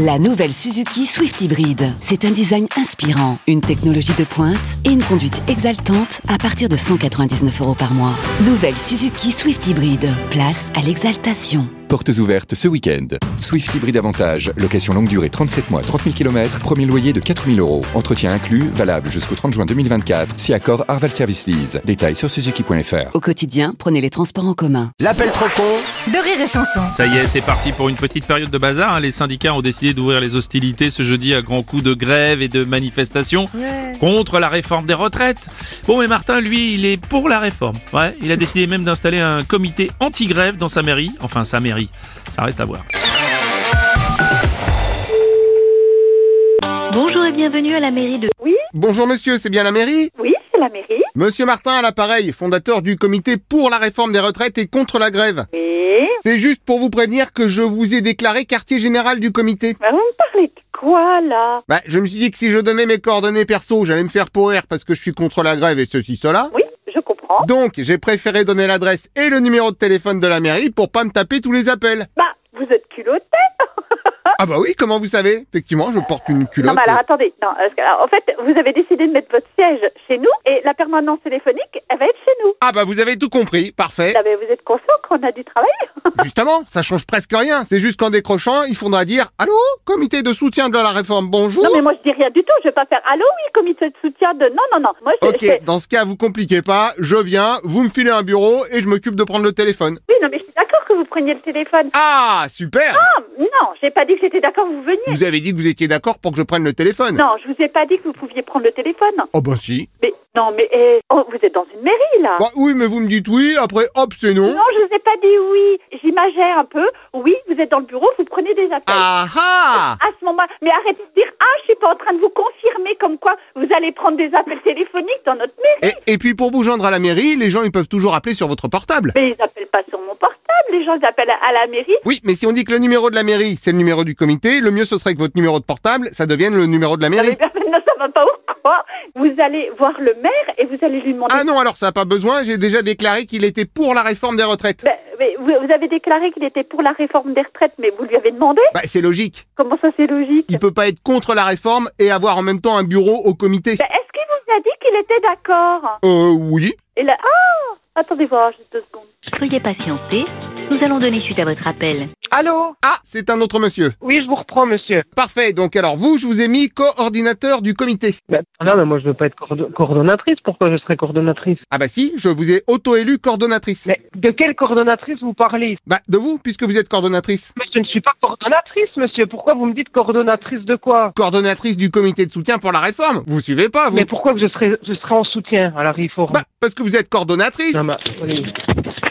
La nouvelle Suzuki Swift Hybrid. C'est un design inspirant, une technologie de pointe et une conduite exaltante à partir de 199 euros par mois. Nouvelle Suzuki Swift Hybrid. Place à l'exaltation. Portes ouvertes ce week-end. Swift Hybrid Avantage. Location longue durée 37 mois, 30 000 km. Premier loyer de 4 000 euros. Entretien inclus, valable jusqu'au 30 juin 2024. Si accord Arval Service Lease. Détails sur suzuki.fr. Au quotidien, prenez les transports en commun. L'appel trop con de rire et chanson. Ça y est, c'est parti pour une petite période de bazar. hein. Les syndicats ont décidé d'ouvrir les hostilités ce jeudi à grands coups de grève et de manifestations contre la réforme des retraites. Bon, mais Martin, lui, il est pour la réforme. Ouais, il a décidé même d'installer un comité anti-grève dans sa mairie. Enfin, sa mairie. Ça reste à voir. Bonjour et bienvenue à la mairie de... Oui, Bonjour monsieur, c'est bien la mairie oui, c'est la mairie. Monsieur Martin à l'appareil, fondateur du comité pour la réforme des retraites et contre la grève. Et... C'est juste pour vous prévenir que je vous ai déclaré quartier général du comité. Bah, vous me parlez de quoi, là Bah, je me suis dit que si je donnais mes coordonnées perso, j'allais me faire pourrir parce que je suis contre la grève et ceci, cela. Oui, je comprends. Donc, j'ai préféré donner l'adresse et le numéro de téléphone de la mairie pour pas me taper tous les appels. Bah, vous êtes culotté Ah bah oui, comment vous savez Effectivement, je porte une Non, culotte. mais bah, alors, attendez. Non, parce que, alors, en fait, vous avez décidé de mettre votre siège chez nous et la permanence téléphonique, elle va être chez nous. Ah bah vous avez tout compris, parfait. Non, mais vous êtes conscient qu'on a du travail Justement, ça change presque rien. C'est juste qu'en décrochant, il faudra dire Allô, comité de soutien de la réforme, bonjour. Non, mais moi, je dis rien du tout. Je vais pas faire « Allô, oui, comité de soutien de... » Non, non, non. Moi, je... Ok, je- dans ce cas, vous compliquez pas, je viens, vous me filez un bureau et je m'occupe de prendre le téléphone. Oui, non, mais je suis d'accord que vous preniez le téléphone. Ah, super Ah, non, j'ai pas dit que j'étais d'accord que vous veniez. Vous avez dit que vous étiez d'accord pour que je prenne le téléphone Non, je vous ai pas dit que vous pouviez prendre le téléphone. Oh bah si. Mais, non, mais... eh, oh, vous êtes dans une mairie, là Bah oui, mais vous me dites oui, après hop, c'est non. Non, je vous ai pas dit oui. J'imagère un peu. Oui, vous êtes dans le bureau, vous prenez des appels. Ah ah À ce moment, mais arrêtez de dire ah, je suis pas en train de vous confirmer comme quoi vous allez prendre des appels téléphoniques dans notre mairie. et, et puis pour vous joindre à la mairie, les gens ils peuvent toujours appeler sur votre portable. Mais ils appellent pas sur mon portable. Les gens ils appellent à, à la mairie. Oui, mais si on dit que le numéro de la mairie, c'est le numéro du comité, le mieux ce serait que votre numéro de portable, ça devienne le numéro de la Non, mais mairie. maintenant ça va pas ou quoi Vous allez voir le maire et vous allez lui demander. Ah non, alors ça n'a pas besoin, j'ai déjà déclaré qu'il était pour la réforme des retraites. Ben, mais vous, vous avez déclaré qu'il était pour la réforme des retraites, mais vous lui avez demandé Bah c'est logique. Comment ça, c'est logique Il peut pas être contre la réforme et avoir en même temps un bureau au comité. Ben, Est-ce qu'il vous a dit qu'il était d'accord Euh, oui. Et là, ah, attendez voir juste deux secondes. Veuillez patienter, nous allons donner suite à votre appel. Allô Ah, c'est un autre monsieur. Oui, je vous reprends, monsieur. Parfait. Donc, alors, vous, je vous ai mis coordinateur du comité. Bah, non, mais moi, je veux pas être cordo- coordonnatrice. Pourquoi je serais coordonnatrice Ah, bah si, je vous ai auto-élu coordonnatrice. Ben. Mais de quelle coordonnatrice vous parlez Bah, de vous, puisque vous êtes coordonnatrice. Mais je ne suis pas coordonnatrice, monsieur. Pourquoi vous me dites coordonnatrice de quoi Coordonnatrice du comité de soutien pour la réforme. Vous suivez pas, Ah, vous Mais pourquoi que je serais, je serais en soutien à la réforme Bah, parce que vous êtes coordonnatrice. Non, mais, oui.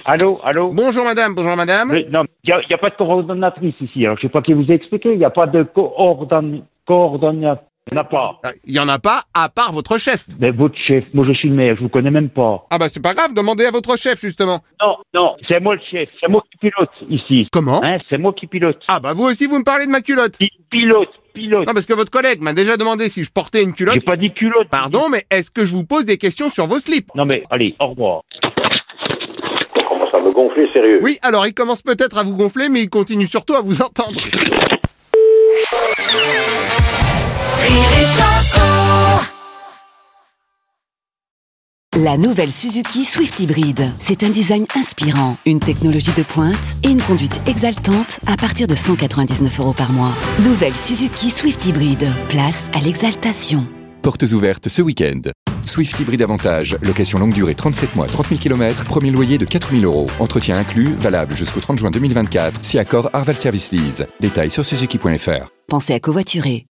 Allô, allô Bonjour madame, bonjour madame. Oui, Non, il n'y a, y a pas de coordonnatrice ici. Alors, je ne sais pas qui vous a expliqué. Il n'y a pas de coordon... coordonnatrice. Il n'y en a pas. Ah, Il y en a pas, à part votre chef. Mais votre chef, moi je suis le maire, je vous connais même pas. Ah bah c'est pas grave, demandez à votre chef justement. Non, non, c'est moi le chef, c'est moi qui pilote ici. Comment Hein, c'est moi qui pilote. Ah bah vous aussi vous me parlez de ma culotte. Pi- Pilote, pilote. Non parce que votre collègue m'a déjà demandé si je portais une J'ai culotte. pas dit culotte. Pardon, mais est-ce que je vous pose des questions sur vos slips Non mais, allez, au revoir. Ça me gonfler, sérieux. Oui, alors il commence peut-être à vous gonfler, mais il continue surtout à vous entendre. La nouvelle Suzuki Swift Hybrid. C'est un design inspirant, une technologie de pointe et une conduite exaltante à partir de 199 euros par mois. Nouvelle Suzuki Swift Hybrid. Place à l'exaltation. Portes ouvertes ce week-end. Swift Hybrid Avantage. Location longue durée 37 mois, 30 000 km. Premier loyer de 4 000 euros. Entretien inclus, valable jusqu'au 30 juin 2024. Si accord Arval Service Lease. Détails sur suzuki.fr. Pensez à covoiturer.